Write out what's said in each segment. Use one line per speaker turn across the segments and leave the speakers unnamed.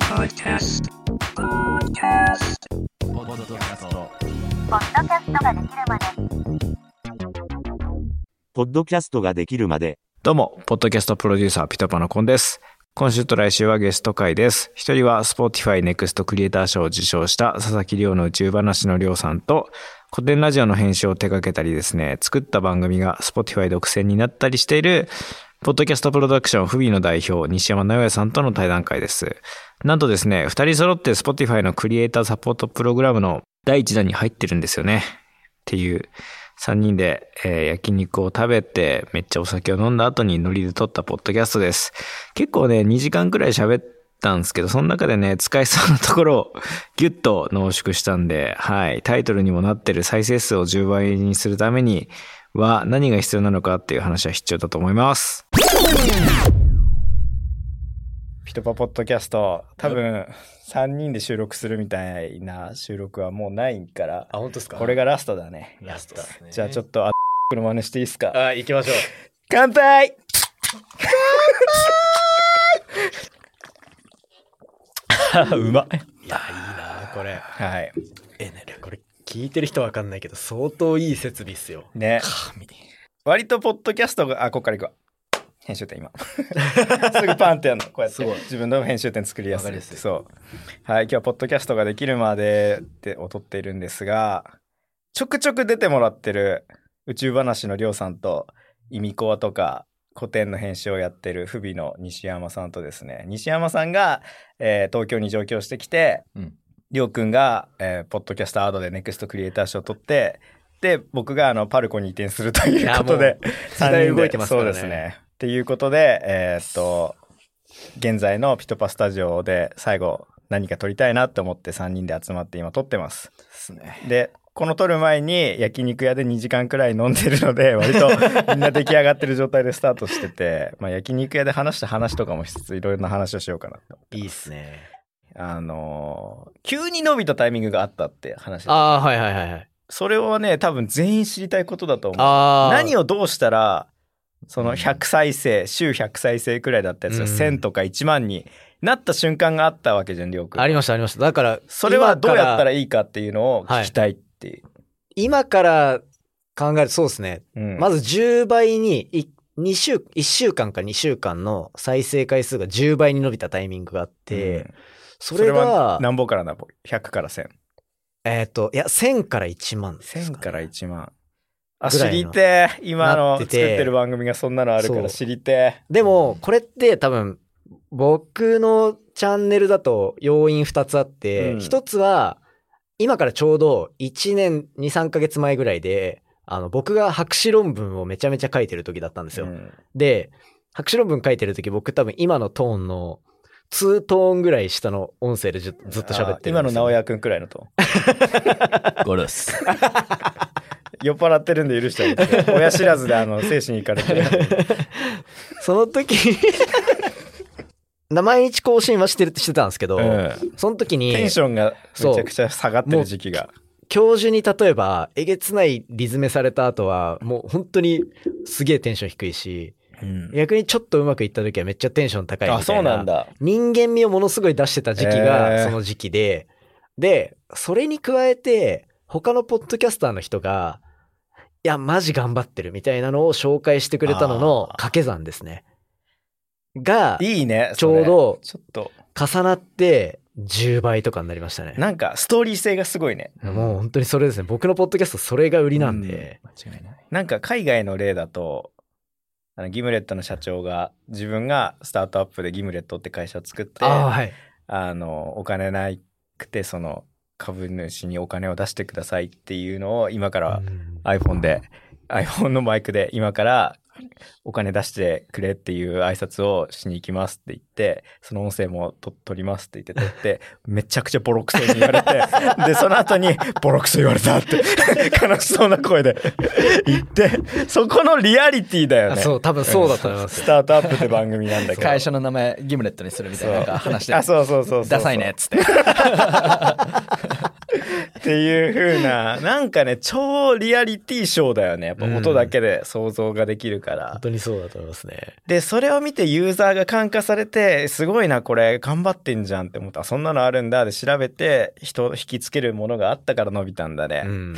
Podcast. Podcast.
ポッドキャスト。
ポッドキャストができるまで。
ポッドキャストができるまで、
どうも、ポッドキャストプロデューサー、ピタパのコンです。今週と来週はゲスト会です。一人は Spotify Next クリエイター賞を受賞した佐々木亮の宇宙話の亮さんと、古典ラジオの編集を手掛けたりですね、作った番組が Spotify 独占になったりしている、ポッドキャストプロダクション不備の代表、西山直也さんとの対談会です。なんとですね、二人揃って Spotify のクリエイターサポートプログラムの第一弾に入ってるんですよね。っていう3人で、えー焼肉を食べてめっちゃお酒を飲んだ後にノリで撮ったポッドキャストです。結構ね2時間くらい喋ったんですけどその中でね使えそうなところを ギュッと濃縮したんで、はい、タイトルにもなってる再生数を10倍にするためには何が必要なのかっていう話は必要だと思います。ピトパポッドキャスト多分3人で収録するみたいな収録はもうないから
あ、本当ですか
これがラストだね。
ラストですね。
じゃあちょっと、あ、の真似していいですか
あ、行きましょう。
乾杯 あうまい。
いや、いいなこれ。
はい。
え、ね、これ、聞いてる人わかんないけど、相当いい設備っすよ。
ね。割とポッドキャストが、あ、こっから行くわ。編集点今。 すぐパンってやるの。こうやって
すごい
自分の編集点作りやす
わ
い
かりやすい
そう。はい。今日はポッドキャストができるまでってを撮っているんですが、ちょくちょく出てもらってる宇宙話のりょうさんと、イミコアとか、古典の編集をやってる不備の西山さんとですね、西山さんが、えー東京に上京してきて、
うん
りょうくんが、えーポッドキャストアードでネクストクリエイター賞を取って、で、僕があの、パルコに移転するということで、
時
三人
代
で
動いてますからね。
そうですね。っていうことで、えーっと、現在のピトパスタジオで最後何か撮りたいなって思って3人で集まって今撮ってま
で
す。
すね。
で、この撮る前に焼肉屋で2時間くらい飲んでる ので、割とみんな出来上がってる状態でスタートしてて、まあ焼肉屋で話した話とかもしつついろいろな話をしようかなと。
いいっすね。
あのー急に伸びたタイミングがあったって話。
あー、はいはいはいはい。
それはね、多分全員知りたいことだと思う。
あー
何をどうしたらその
うん
100再生週100再生くらいだったやつが
うん
1,000とか1万になった瞬間があったわけじゃんりょうくん
ありましたありました。だから、
それはどうやったら
い
いいかっていうのを聞きたいっていう、
今から考える、そうですね。
うん
まず10倍に、い2週、1週間か2週間の再生回数が10倍に伸びたタイミングがあっ
う
て、
ん
それ
は
が、
何ぼから何ぼ100から1000
えっ、と、いや、1000から1万ですかね、
1000から1万あ
ぐ
知
らい
り
の
てえ今の
なって
作って
て
る番組がそんなのあるか
そ
ら
う
知りてえ
でも、これって多分、僕のチャンネルだと要因2つあって、
うん
1つは、今からちょうど1年、2、3ヶ月前ぐらいで、あの、僕が博士論文をめちゃめちゃ書いてる時だったんですよ。
うん
で、博士論文書いてる時僕多分今のトーンの2トーンぐらい下の音声でずずっと喋ってるんですよ
あ今の直哉くんくらいのと
ゴルス。
酔っ払ってるんで許してあげて親知らずであの精神いかれてる
その時 な毎日更新はしてるしてたんですけど、
うん
その時に
テンションがめちゃくちゃ下がってる時期が。
教授に例えばえげつないリズメされた後はもう本当にすげえテンション低いし
うん
逆にちょっとうまくいった時はめっちゃテンション高いみたいな
あ、そうなんだ。
人間味をものすごい出してた時期
えー
がその時期で、で、それに加えて、他のポッドキャスターの人が、いや、マジ頑張ってるみたいなのを紹介してくれたのの掛け算ですね。が、
いいね。
ちょうど
それ。ちょっ
重なって10倍とかになりましたね
と、。なんかストーリー性がすごいね。
もう本当にそれですね。僕のポッドキャストそれが売りなんで。
間違いない。
なんか海外の例だと、あのギムレットの社長が自分がスタートアップでギムレットって会社を作って、
ああ、
あ
はい。
の、お金なくて、その株主にお金を出してくださいっていうのを今から
うん
iPhone で、iPhone のマイクで今からお金出してくれっていう挨拶をしに行きますって言って、その音声もと撮りますって言って撮って、めちゃくちゃボロクソに言われ て、で、その後にボロクソ言われたって 悲しそうな声で 言って、そこのリアリティだよ
あ
ね。
そう、多分そうだと思います
ス。タートアップって番組なんだけど。
会社の名前、ギムレットにするみたいななんか話して
あ、そうそうそうそう。
ダサいねっ。つって。
っていう風 な、なんかね、超リアリティショーだよね。やっぱ音だけで想像ができるから
本。当にそうだと思いますね。
で、それを見てユーザーが感化されて、すごいな、これ、頑張ってんじゃんって思った。あそんなのあるんだ。で、調べて、人を引きつけるものがあったから伸びたんだね。
うん。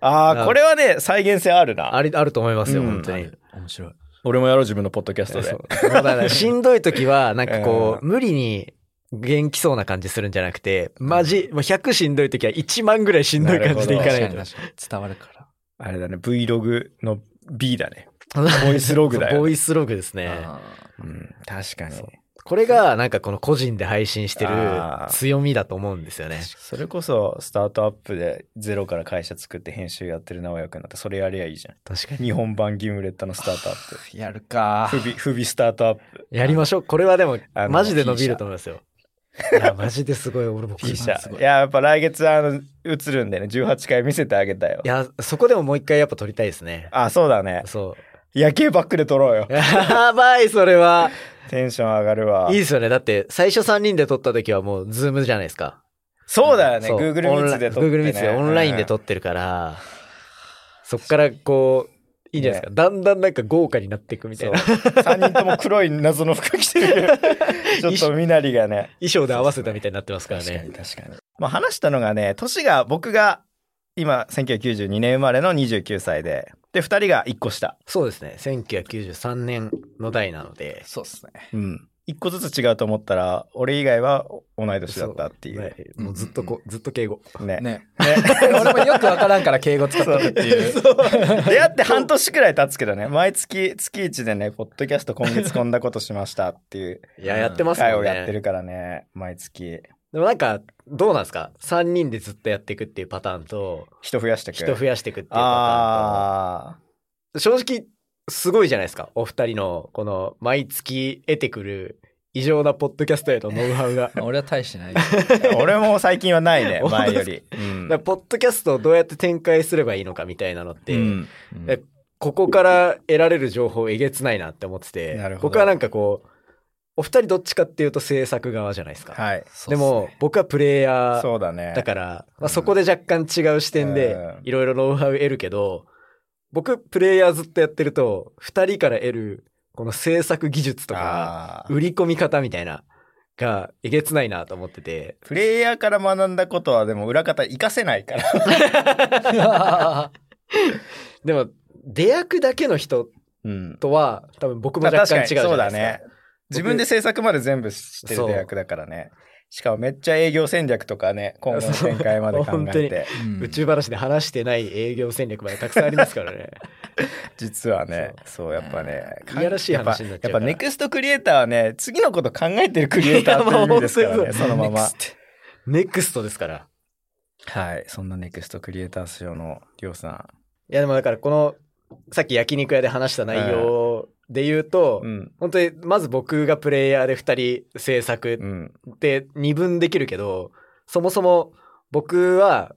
あ
な
あ、これはね、再現性あるな。
あり、あると思いますよ、
うん
本当に。
面白い。
俺もやろう、自分のポッドキャスト で。
そうだからしんどい時は、なんかこう、
う
無理に元気そうな感じするんじゃなくて、マジ、もう100しんどい時は1万ぐらいしんどい感じでいかないと。
確かに確かに伝わるから。
あれだね、Vlog の B だね。
ボ
イスログだよね
ボイスログですね。
あ
うん、確かに。
これがなんかこの個人で配信してる
あー
強みだと思うんですよね。
それこそ、スタートアップでゼロから会社作って編集やってる直哉くんだって、それやりゃいいじゃん。
確かに。
日本版ギムレットのスタートアップ。
ーやるか
不。備、不備スタートアップ。
やりましょう。これはでも
あ、の
マジで伸びると思いますよ。いや、マジですごい、俺も
T
い
社
すご。い
いや、やっぱ来月、あの、映るんでね、18回見せてあげたよ。
や、そこでももう一回やっぱ撮りたいですね。
あ、そうだね。
そ
夜景バックで撮ろうよ
う。。やばい、それは。
テンション上がるわ
いい。ですよね。だって、最初3人で撮った時はもう、ズームじゃないですか。
そうだよね。
そう
Google
オン
Meets
ラ
で撮って、ね。
Google Meets でオンラインで撮
っ
ってるから、そっからこう、いいんじゃないですか。だんだんなんか豪華になっていくみたいな。
3人とも黒い謎の服着てる。 ちょっと身なりがね。
衣装で合わせたみたいになってますからね。
確かに。まあ話したのがね、年が僕が今1992年生まれの29歳で、で、2人が1個下。
そうですね。1993年の代なので。
そうっすね。
うん。1個ずつ違うと思ったら、俺以外は同い年だったっていう。ね。
もうずっとこう、ずっと敬語。
ね
ね。 俺もよくわからんから敬語使ってるっていう。
出会って半年くらい経つけどね、毎月、月一でね、ポッドキャスト今月こんなことしましたっていう
いや、やってますもん
会
ね。
をやってるからね、毎月。
でもなんか、どうなんですか ?3 人でずっとやっていくっていうパターンと、
人増やしてく
人増やしていくっていうパターン
あ
と、正直、すごいじゃないですか。お二人の、この、毎月得てくる、異常なポッドキャストへのノウハウが。だか
俺は大してない。
あ。俺も最近はないね
、本当
前
で
よ
す
り。うん
らポッドキャストをどうやって展開すればいいのかみたいなのって、
うん
うん
えここから得られる情報えげつないなって思ってて
なる、ほど
僕はなんかこう、お二人どっちかっていうと制作側じゃないですか。
はい。
そう
で
っすね
も、僕はプレイヤー、
そうだね。
だから、ま
う
あ、
ん
そこで若干違う視点で
うん
いろいろノウハウ得るけど、僕プレイヤーずっとやってると2人から得るこの制作技術とか
あー
売り込み方みたいながえげつないなと思っ てて
プレイヤーから学んだことは、でも裏方活かせないから。
でも出役だけの人
うん。
とは多分僕も
まあ
若
確か
干違
に、
うじゃないですか
そうだね。自分で制作まで全部してる
そう
出役だからね。しかもめっちゃ営業戦略とかね、今後の展開まで考
そう本当
え
に
て。
うん
宇宙話で話してない営業戦略までたくさんありますから ね
実はね、そう、やっぱね、
いやらしい話になっちゃ
やっぱ、や
うか
っ
ら
ぱネクストクリエイターはね、次のこと考えてるクリエイターという意味ですから
いや
ね、
まあ
そのまま。
ネクストですから
はい、そんなネクストクリエイター仕様のりょうさ
いやでもだからこのさっき焼肉屋で話した内容で言うと、
ん。うん。
本当にまず僕がプレイヤーで2人制
う
作
ん。
って二分できるけどそもそも僕は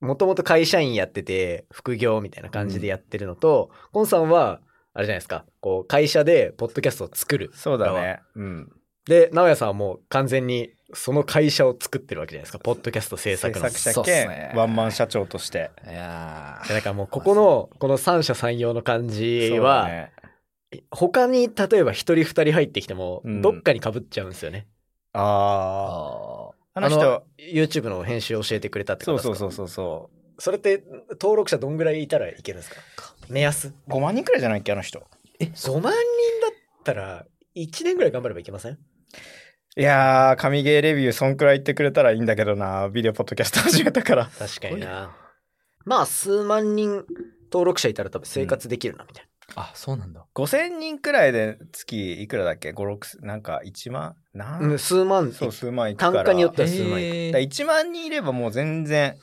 もともと会社員やってて副業みたいな感じでやってるのと、コンさんはあれじゃないですかこう会社でポッドキャストを作る
そうだね。うん。
で直哉さんはもう完全にその会社を作ってるわけじゃないですかポッドキャスト制
制
作の
作
者
者
そうっす
兼
ね
ワンマン社長として。
いやー
だからもうここのこの三者三様の感じ
そう
は、
だね
他に例えば一人二人入ってきても
うん
どっかにかぶっちゃうんですよね、
ああ。
あ
あの人、
YouTube の編集を教えてくれたってこ
そ
と
う
ですか
そうそうそうそ
それって登録者どんぐらいいたらいけるんですか目安
う。5万人くらいじゃないっけ、あの人。
え5万人だったら1年ぐらい頑張ればいけません
いやー、神ゲーレビュー、そんくらい言ってくれたらいいんだけどな、ビデオポッドキャスト始めたから。
確かになまあ数万人登録者いたら多分生活できるなみたい
ーあ、そうなんだ。
5000人くらいで月いくらだっけ ?5、6、なんか1万な
な、うんん、数万
そう、数万いくから。
単価によって
え
は数万いく
だから
ー
1万人いればもう全然、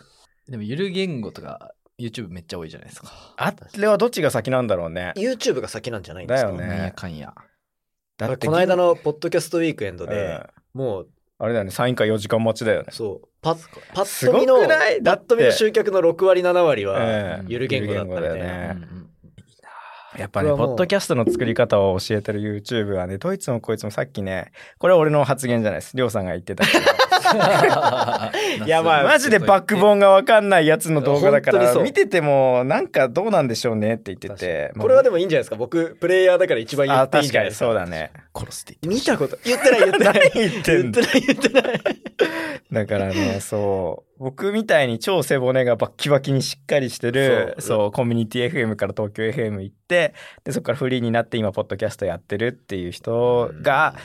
でもゆる言語とか YouTube めっちゃ多いじゃないですか。
あれはどっちが先なんだろうね。
YouTube が先なんじゃないんですか
だよね
なんやかんや。
だ
この間のポッドキャストウィークエンド
うん
で、もう
あれだよね、3位か4時間待ちだよね。
そうパッパッ
す
と
ご
見の
くないだ
パ
っ
ッと見の
て。
集客の6割7割は
ええ
ゆる言語だったみたいな
ゆる言語だよね
うん
やっぱね、
これ
ポ
はもう
ッドキャストの作り方を教えてる YouTube はね、どいつもこいつもさっきね、これは俺の発言じゃないです。りょうさんが言ってたけど、
い
やばい
マジでバックボーンがわかんないやつの動画だか
本当に
ら、
そう
見ててもなんかどうなんでしょうねって言ってて。
これは
で
でもいいんじゃないですか僕プレイヤーだから一番言
あ、
っていいん
確
じゃ
か
ない
に
ですか
そうだね。
殺すって言って
見たこと言ってない言っ てない
言って
言
ん
って
だ
ない言ってない
だからね、そう。僕みたいに超背骨がバッキバキにしっかりして
そ
る、
う
そう、コミュニティ FM から東京 FM 行って、で、そこからフリーになって今、ポッドキャストやってるっていう人が、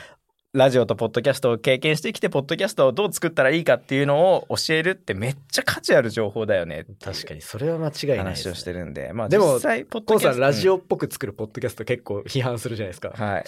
ラジオとポッドキャストを経験してきて、ポッドキャストをどう作ったらいいかっていうのを教えるってめっちゃ価値ある情報だよねっていう
確かに、それは間違いないで
話
す
をしてるんで、まあ、
でも
実際、ポッ
コ
ド
ウ
キャ
さ
ス
ん
ト。
ラジオっぽく作るポッドキャスト結構批判するじゃないですか
うん。はい。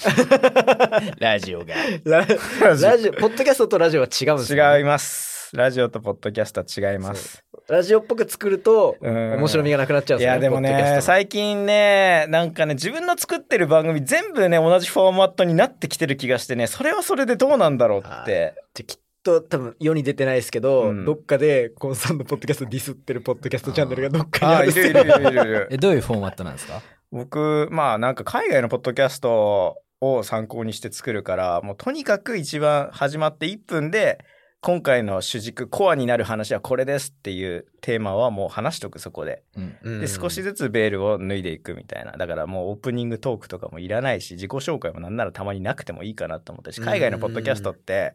ラジオが。
ラ
ラジオ、ポッドキャストとラジオは違うんですよ、
違います。ラジオとポッドキャストは違います。
ラジオっぽく作ると、
うん
面白みがなくなっちゃうん
い
ですよ
やでも
ポッドキ
ね
ャスト
最近ねなんかね自分の作ってる番組全部ね同じフォーマットになってきてる気がしてねそれはそれでどうなんだろうって
ってきっと多分世に出てないですけど、
うん
どっかでコウさんのポッドキャストディスってるポッドキャストチャンネルがどっかに
あ
あ
あ
るん
い
です
るい
よ
るいるいるいる
え、どういうフォーマットなんですか
僕まあなんか海外のポッドキャストを参考にして作るからもうとにかく一番始まって1分で今回の主軸コアになる話はこれですっていうテーマはもう話しとくそこで
うん。
うん
で少しずつベールを脱いでいくみたいなだからもうオープニングトークとかもいらないし自己紹介もなんならたまになくてもいいかなと思ったし海外のポッドキャストって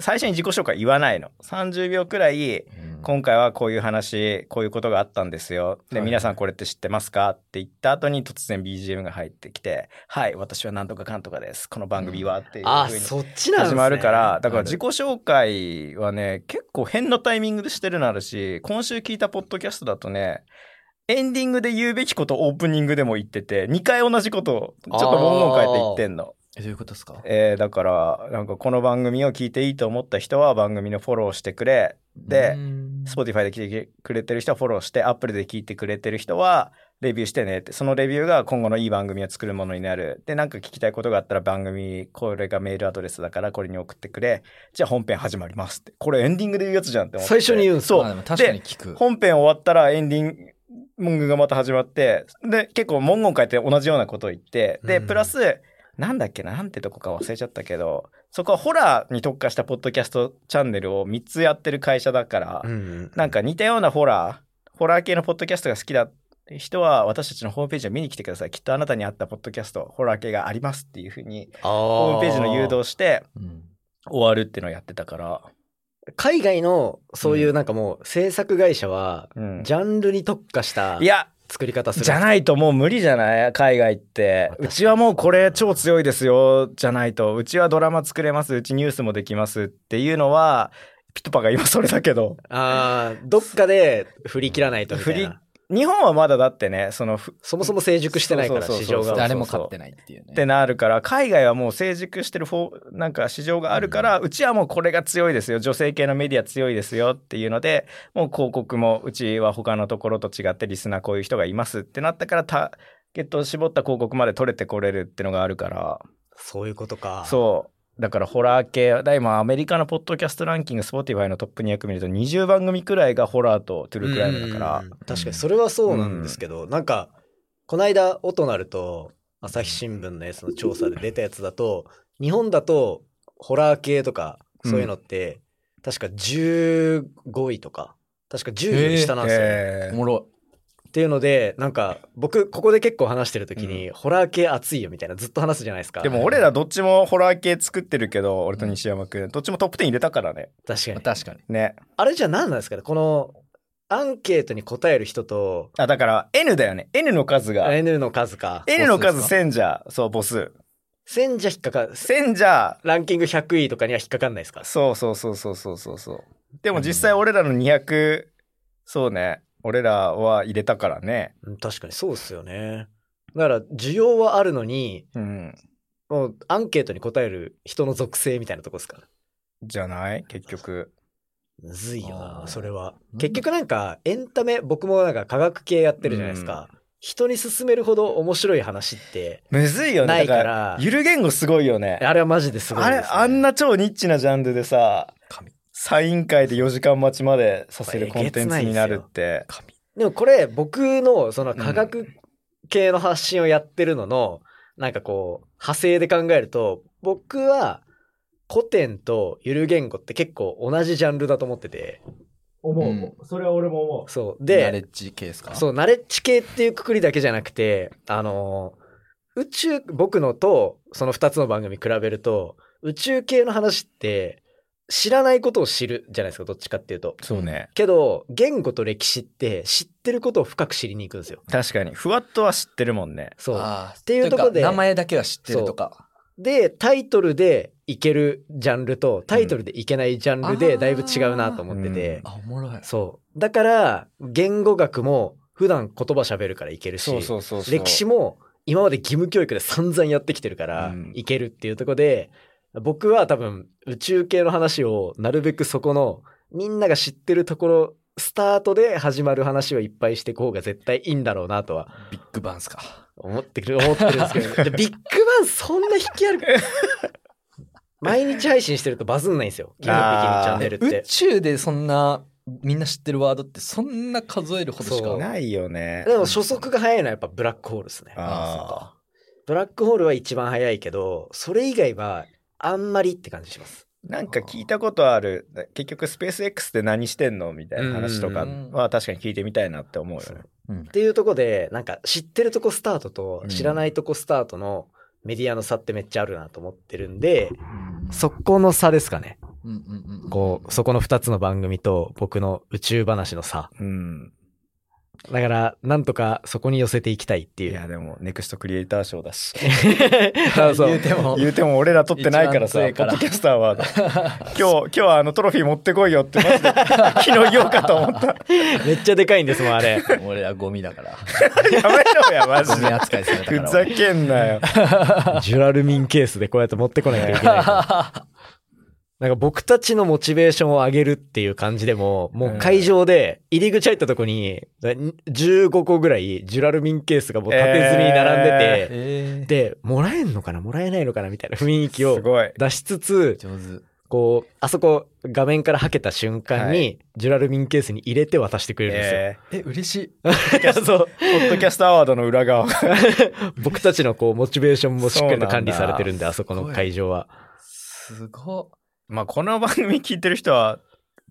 最初に自己紹介言わないの30秒くらい今回はこういう話こういうことがあったんですよで
はい
皆さんこれって知ってますかって言った後に突然 BGM が入ってきて「はい私はなんとかかんとかですこの番組は」っていう
あ
ふうに
そっちなんで
始
すね
まるからだから自己紹介はね結構変なタイミングでしてるのあるし今週聞いたポッドキャストだとねエンディングで言うべきことオープニングでも言ってて2回同じことをちょっと文言変えて言ってんの、
え、どういうことですか
えーだからなんかこの番組を聞いていいと思った人は番組のフォローしてくれで、
うん、
Spotify で聞いてくれてる人はフォローして Apple で聞いてくれてる人はレビューしてねってそのレビューが今後のいい番組を作るものになるでなんか聞きたいことがあったら番組これがメールアドレスだからこれに送ってくれじゃあ本編始まりますってこれエンディングで言うやつじゃんって思って
最初に言うんですか
そう
まあでも確かに聞く。
本編終わったらエンディング文言がまた始まってで結構文言変えて同じようなことを言ってで
うん
プラスなんだっけななんてとこか忘れちゃったけどそこはホラーに特化したポッドキャストチャンネルを3つやってる会社だから、
うん
なんか似たようなホラー、ホラー系のポッドキャストが好きだ人は私たちのホームページを見に来てください。きっとあなたに合ったポッドキャスト、ホラー系がありますっていうふうに、ホームページの誘導して
うん
終わるっていうのをやってたから。
海外のそういうなんかもう制作会社は
うん、
ジャンルに特化した
いや、
作り方する
じゃないともう無理じゃない海外って
まあ。確か
う
に
ちはもうこれ超強いですよ、じゃないと。うちはドラマ作れます、うちニュースもできますっていうのは、ピトパが今それだけど。
あーどっかで振り切らないとみたい
振り
な
日本はまだだってね、そのふ
そもそも成熟してないから
そうそう
市
そう
場
そう
が
誰も買ってないっていうね。
ってなるから海外はもう成熟してるフォーなんか市場があるから、うちはもうこれが強いですよ女性系のメディア強いですよっていうのでもう広告もうちは他のところと違ってリスナーこういう人がいますってなったからターゲットを絞った広告まで取れてこれるってのがあるから
そういうことか
そうだからホラー系だ今アメリカのポッドキャストランキング Spotify のトップ200見ると20番組くらいがホラーとトゥルークライムだから
うん確かにそれはそうなんですけど、なんかこの間音なると朝日新聞のやつの調査で出たやつだと日本だとホラー系とかそういうのって、確か15位とか確か10位より下なんですよ、ね
え
おもろ
っていうのでなんか僕ここで結構話してる時に、ホラー系熱いよみたいなずっと話すじゃないですか
ーでも俺らどっちもホラー系作ってるけど俺と西山君どっちもトップ10入れたからね
確か
い。まあ
に
確かに。
ね
あれじゃあ何なんですかねこのアンケートに答える人と
あ、だから N だよね。N の数が。
N の数か
N の数
ボス
1000じゃ、そう、ボス。
1000じゃ引っかか
1000じゃ、
ランキング100位とかには引っかかんないですか
そうそうそうそうそうそうそう。でも実際俺らの200、そうね。俺らは入れたからね。
うん確かにそうですよね。だから需要はあるのに、
うん。
もうアンケートに答える人の属性みたいなとこですから。
じゃない結局。
むずいよ
あー
な、それは
うん。
結局なんかエンタメ、僕もなんか科学系やってるじゃないですか。人に勧めるほど面白い話って、
むずいよね。
ないから
だゆる言語すごいよね。
あれはマジですごい
あ
です、
れ、
ね。
あんな超ニッチなジャンルでさ、
神。
サイン会で4時間待ちまでさせる
こ
コ
れ
ン
えげ
テ
つ
ンツ
ないで
に
すよ
なるって。
神。
でもこれ僕のその科学系の発信をやってるのの、なんかこう派生で考えると僕は
古典とゆる言語って結構同じジャンルだと思ってて。
思う、
うん
それは俺も思う。
そう。
ナレ
で、
ッジ系ですか
そう、ナレッジ系っていうくくりだけじゃなくて、あのー宇宙、僕のとその2つの番組比べると、宇宙系の話って知らないことを知るじゃないですか、どっちかっていうと。
そうね。
けど、言語と歴史って知ってることを深く知りに行くんですよ。
確かに。ふわっとは知ってるもんね。
そう。
あー
ていうとこで
か名前だけは知ってるとか。
で、タイトルでいけるジャンルと、タイトルでいけないジャンル
う
で
ん
だいぶ違うなと思ってて、
あ、おもろい。
そう。だから、言語学も普段言葉喋るからいけるし、
うそう
歴史も今まで義務教育で散々やってきてるか
う
ら
ん
いけるっていうとこで、僕は多分宇宙系の話をなるべくそこのみんなが知ってるところスタートで始まる話をいっぱいしていく方が絶対いいんだろうなとは
ビッグバンスか。
思ってる思ってるんですけ どでビッグバンそんな引きある毎日配信してるとバズんないんですよ基本的にチャンネルっ
宇
て
宙でそんな、みんな知ってるワードってそんな数えるほどし
そう
か。
ないよね。
でも初速が早いのはやっぱブラックホールですね
あ
ブラックホールは一番早いけどそれ以外はあんまりって感じします
ーなんか聞いたことある、結局スペース X って何してんのみたいな話とか
うん
は確かに聞いてみたいなって思うよね。
っていうとこでなんか知ってるとこスタートと知らないとこスタートのメディアの差ってめっちゃあるなと思ってるんで、そこの差ですかね
うんうんうんうん
こうそこの2つの番組と僕の宇宙話の差
うん。
だからなんとかそこに寄せていきたいって
い
いう
や、でも、ネクストクリエイター賞だし。
あそう
言うても。
言うても俺ら撮ってないからさ、ポ
一番強いか
ッ
ら
ドキャスター は。今日、今日はあのトロフィー持ってこいよって、マジで昨日言おうかと思った。
めっちゃでかいんですもんあ れ
俺はゴミだから。
やめろや、マ
ゴ
ジ
ミ
で。
扱いされたか
ふ
ら
ざけんなよ。
ジュラルミンケースでこうやって持ってこないといけない から
俺
なんか僕たちのモチベーションを上げるっていう感じでも、もう会場で入り口入ったとこに、15個ぐらいジュラルミンケースがもう縦積みに並んでて、
えー
で、もらえんのかなもらえないのかなみたいな雰囲気
す
を
ごい。
出しつつ、
上手。
こう、あそこ画面からはけた瞬間
は
に、ジュラルミンケースに入れて渡してくれるんですよ。
え
え、嬉しい。
そう
ーポッドキャストアワードの裏側。
僕たちのこう、モチベーションもしっかりと管理されてるんで、あそこ
なんだ
の会場は。
すごっ。
まあ、この番組聞いてる人は、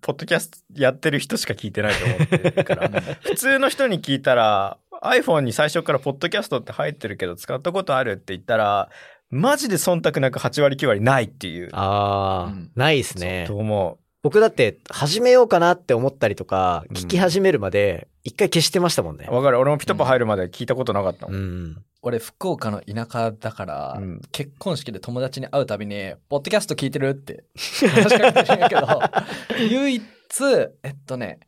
ポッドキャストやってる人しか聞いてないと思ってるから、普通の人に聞いたら、iPhone に最初からポッドキャストって入ってるけど、使ったことあるって言ったら、マジで忖度なく8割9割ないっていう。
ああ、
うん
ないですね。
と思
僕だって始めようかなって思ったりとか、
うん
聞き始めるまで一回消してましたもんね
う。。わかる。俺もピトパ入るまで聞いたことなかったも。
うんん。
俺、福岡の田舎だから、
うん
結婚式で友達に会うたびに、ポッドキャスト聞いてるって話しかけてるんやけ ど、唯一、えっとね、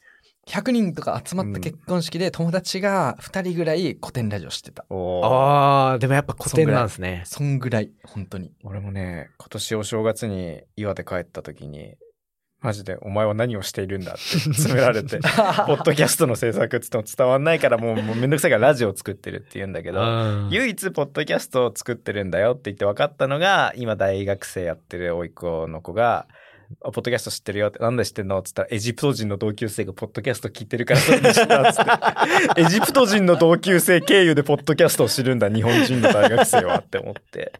100人とか集まった結婚式で友達が2人ぐらい古典ラジオ知ってた。
おー
ああ、でもやっぱ古典なんですね。
そんぐらい、本 当に。
俺もね、今年お正月に岩手帰った時に、マジでお前は何をしているんだって詰められて、ポ ッドキャストの制作っつっても伝わんないからもうもうめんどくさいからラジオ作ってるって言うんだけ
う
ど、
ん
唯一ポッドキャストを作ってるんだよって言って分かったのが、今大学生やってる甥っ子の子が、あポッドキャスト知ってるよって、なんで知ってんのっつったら、エジプト人の同級生がポッドキャスト聞いてるからそれに知ったっつって、エジプト人の同級生経由でポッドキャストを知るんだ、日本人の大学生はって思って。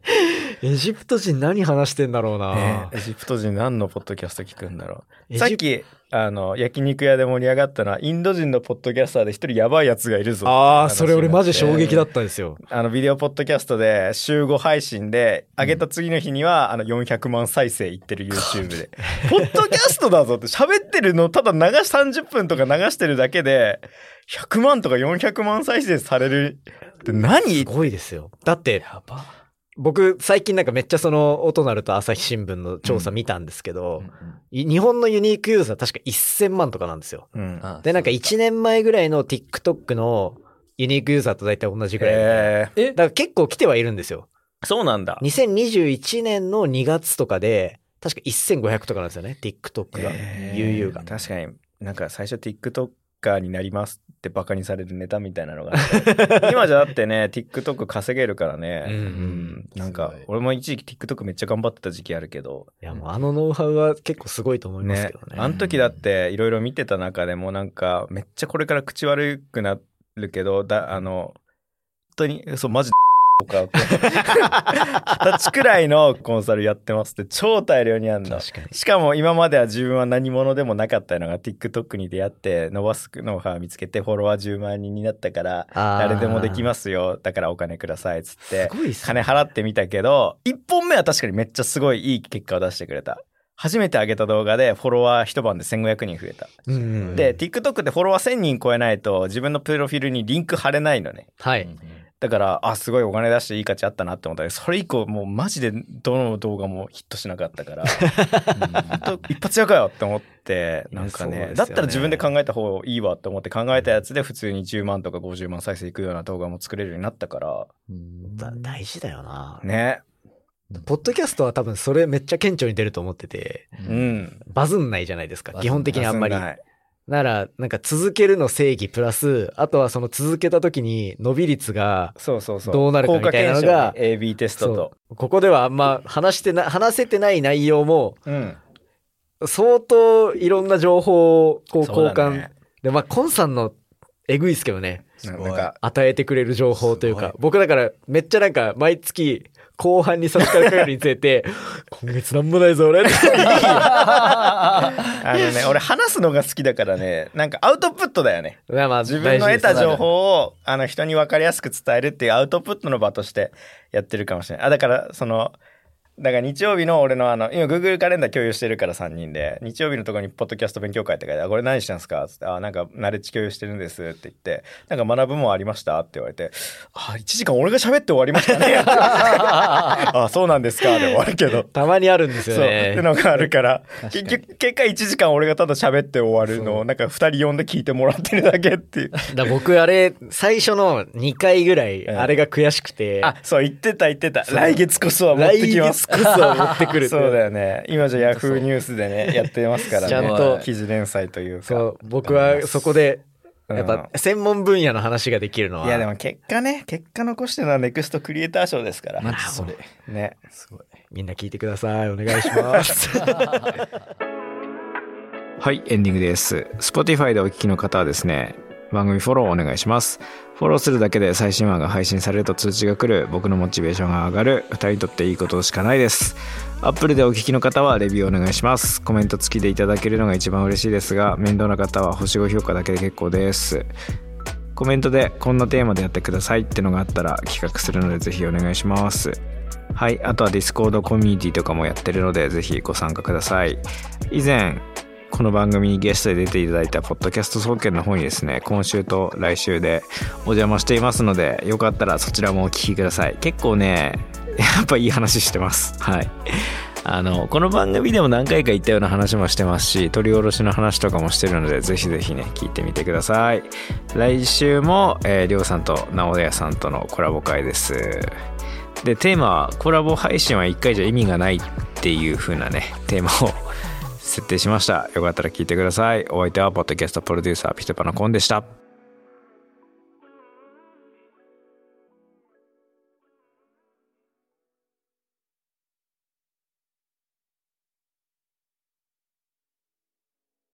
エジプト人何話してんだろう
ね
な。
エジプト人何のポッドキャスト聞くんだろう。
エ
さっ
ジプ
き、あの、焼肉屋で盛り上がったのは、インド人のポッドキャスターで一人やばいやつがいるぞ。
ああ、
話
それ俺マジ衝撃だったんですよ。
あの、ビデオポッドキャストで、週5配信で、上げた次の日には、あの、400万再生いってる YouTube で。ポッドキャストだぞって、喋ってるの、ただ流し、30分とか流してるだけで、100万とか400万再生されるって何
すごいですよ。だって、
やば。
僕最近なんかめっちゃその、音なると朝日新聞の調査見たんですけど、い日本のユニークユーザー確か1000万とかなんですよ。
うん。
で、なんか1年前ぐらいの TikTok のユニークユーザーと大体同じぐらいみたいな。
えー
だから結構来てはいるんですよ。
そうなんだ。
2021年の2月とかで、確か1500とかなんですよね、TikTok が。
えー
悠々が
確かになんか最初 TikToker になりますってバカにされるネタみたいなの があって今じゃだってね TikTok 稼げるからね、
うんうん
なんか
すごい
俺も一時期 TikTok めっちゃ頑張ってた時期あるけど
いや、もうあのノウハウは結構すごいと思います
ね
けどね。
あの時だっていろいろ見てた中でもなんかめっちゃこれから口悪くなるけどだあの本当にそうマジか 二十歳くらいのコンサルやってますって超大量にあるの
確かに。
しかも今までは自分は何者でもなかったのが TikTok に出会って伸ばすノウハウ見つけてフォロワー10万人になったから誰でもでき
ま
ますよだからお金くださいっつって
すごいっす
金払ってみたけど1本目は確かにめっちゃすごいいい結果を出してくれた初めて上げた動画でフォロワー一晩で1500人増えた
うん
で TikTok でフォロワー1000人超えないと自分のプロフィールにリンク貼れないのね
はい。
だからあすごいお金出していい価値あったなって思ったけどそれ以降もうマジでどの動画もヒットしなかったから ほんと一発屋かよって思ってなんかね
いやそうですよね
だったら自分で考えた方いいわって思って考えたやつで普通に10万とか50万再生いくような動画も作れるようになったから
だ大事だよな。
ね
ポッドキャストは多分それめっちゃ顕著に出ると思ってて、
うん
バズんないじゃないですか。基本的にあんまり。
忘れない
なら、なんか続けるの正義プラス、あとはその続けた時に伸び率が、
そうそうそう
どうなるかみたいなのが
効果検証ね AB テストと
そうここではあんま話してな、話せてない内容も、
うん
相当いろんな情報をこう
そうだ
交換。
ね
で、まあ、コンさんのえぐいっすけどね。
な
ごい
なんか
与えてくれる情報という
す
か、僕だからめっちゃなんか毎月後半に差し掛かるにつ れて、今月なんもないぞ俺って。
あのね俺話すのが好きだからねなんかアウトプットだよね
まあまあ
自分の得た情
を
報をあの人に分かりやすく伝えるっていうアウトプットの場としてやってるかもしれない。あだからそのだから日曜日の俺のあの今 Google カレンダー共有してるから3人で日曜日のところに「ポッドキャスト勉強会」って書いてあ「これ何してんすか?」つって「あなんかナレッジ共有してるんです」って言って「なんか学ぶもんありました?」って言われて「あ1時間俺が喋って終わりましたね」 あそうなんですか」で終わるけど。
たまにあるんです
そうっ
よ
て
ね。
のがあるから結局結果1時間俺がただ喋って終わるのをなんか2人呼んで聞いてもらってるだけっていう
だから僕あれ、最初の2回ぐらい、
うん
あれが悔しくて、
あ、そう、言ってた言ってた。
そう
来月こそは持っ
来
てきます
月。こそは持ってくるって。
そうだよね。今じゃヤフーニュースでね、やってます からね。
ちゃんと
記事連載というか。
そう、僕はそこで、
うん
やっぱ専門分野の話ができるのは。
いやでも結果ね、結果残してるのはネクストクリエイター賞ですから。
マジそれ。
ね。
みんな聞いてください。お願いします。
はい、エンディングです。Spotify でお聞きの方はですね、番組フォローお願いします。フォローするだけで最新話が配信されると通知が来る、僕のモチベーションが上がる、二人にとっていいことしかないです。Apple でお聞きの方はレビューお願いします。コメント付きでいただけるのが一番嬉しいですが、面倒な方は星5評価だけで結構です。コメントでこんなテーマでやってくださいってのがあったら企画するのでぜひお願いします。はい、あとは Discord コミュニティとかもやってるのでぜひご参加ください。以前、この番組にゲストで出ていただいたポッドキャスト総研の方にですね今週と来週でお邪魔していますのでよかったらそちらもお聞きください結構ねやっぱいい話してますはいあのこの番組でも何回か言ったような話もしてますし取り下ろしの話とかもしてるのでぜひぜひね聞いてみてください来週も、えー、りょうさんと直哉さんとのコラボ会ですでテーマはコラボ配信は1回じゃ意味がないっていう風なねテーマを設定しましたよかったら聞いてくださいお相手はポッドキャストプロデューサーピテパナコンでした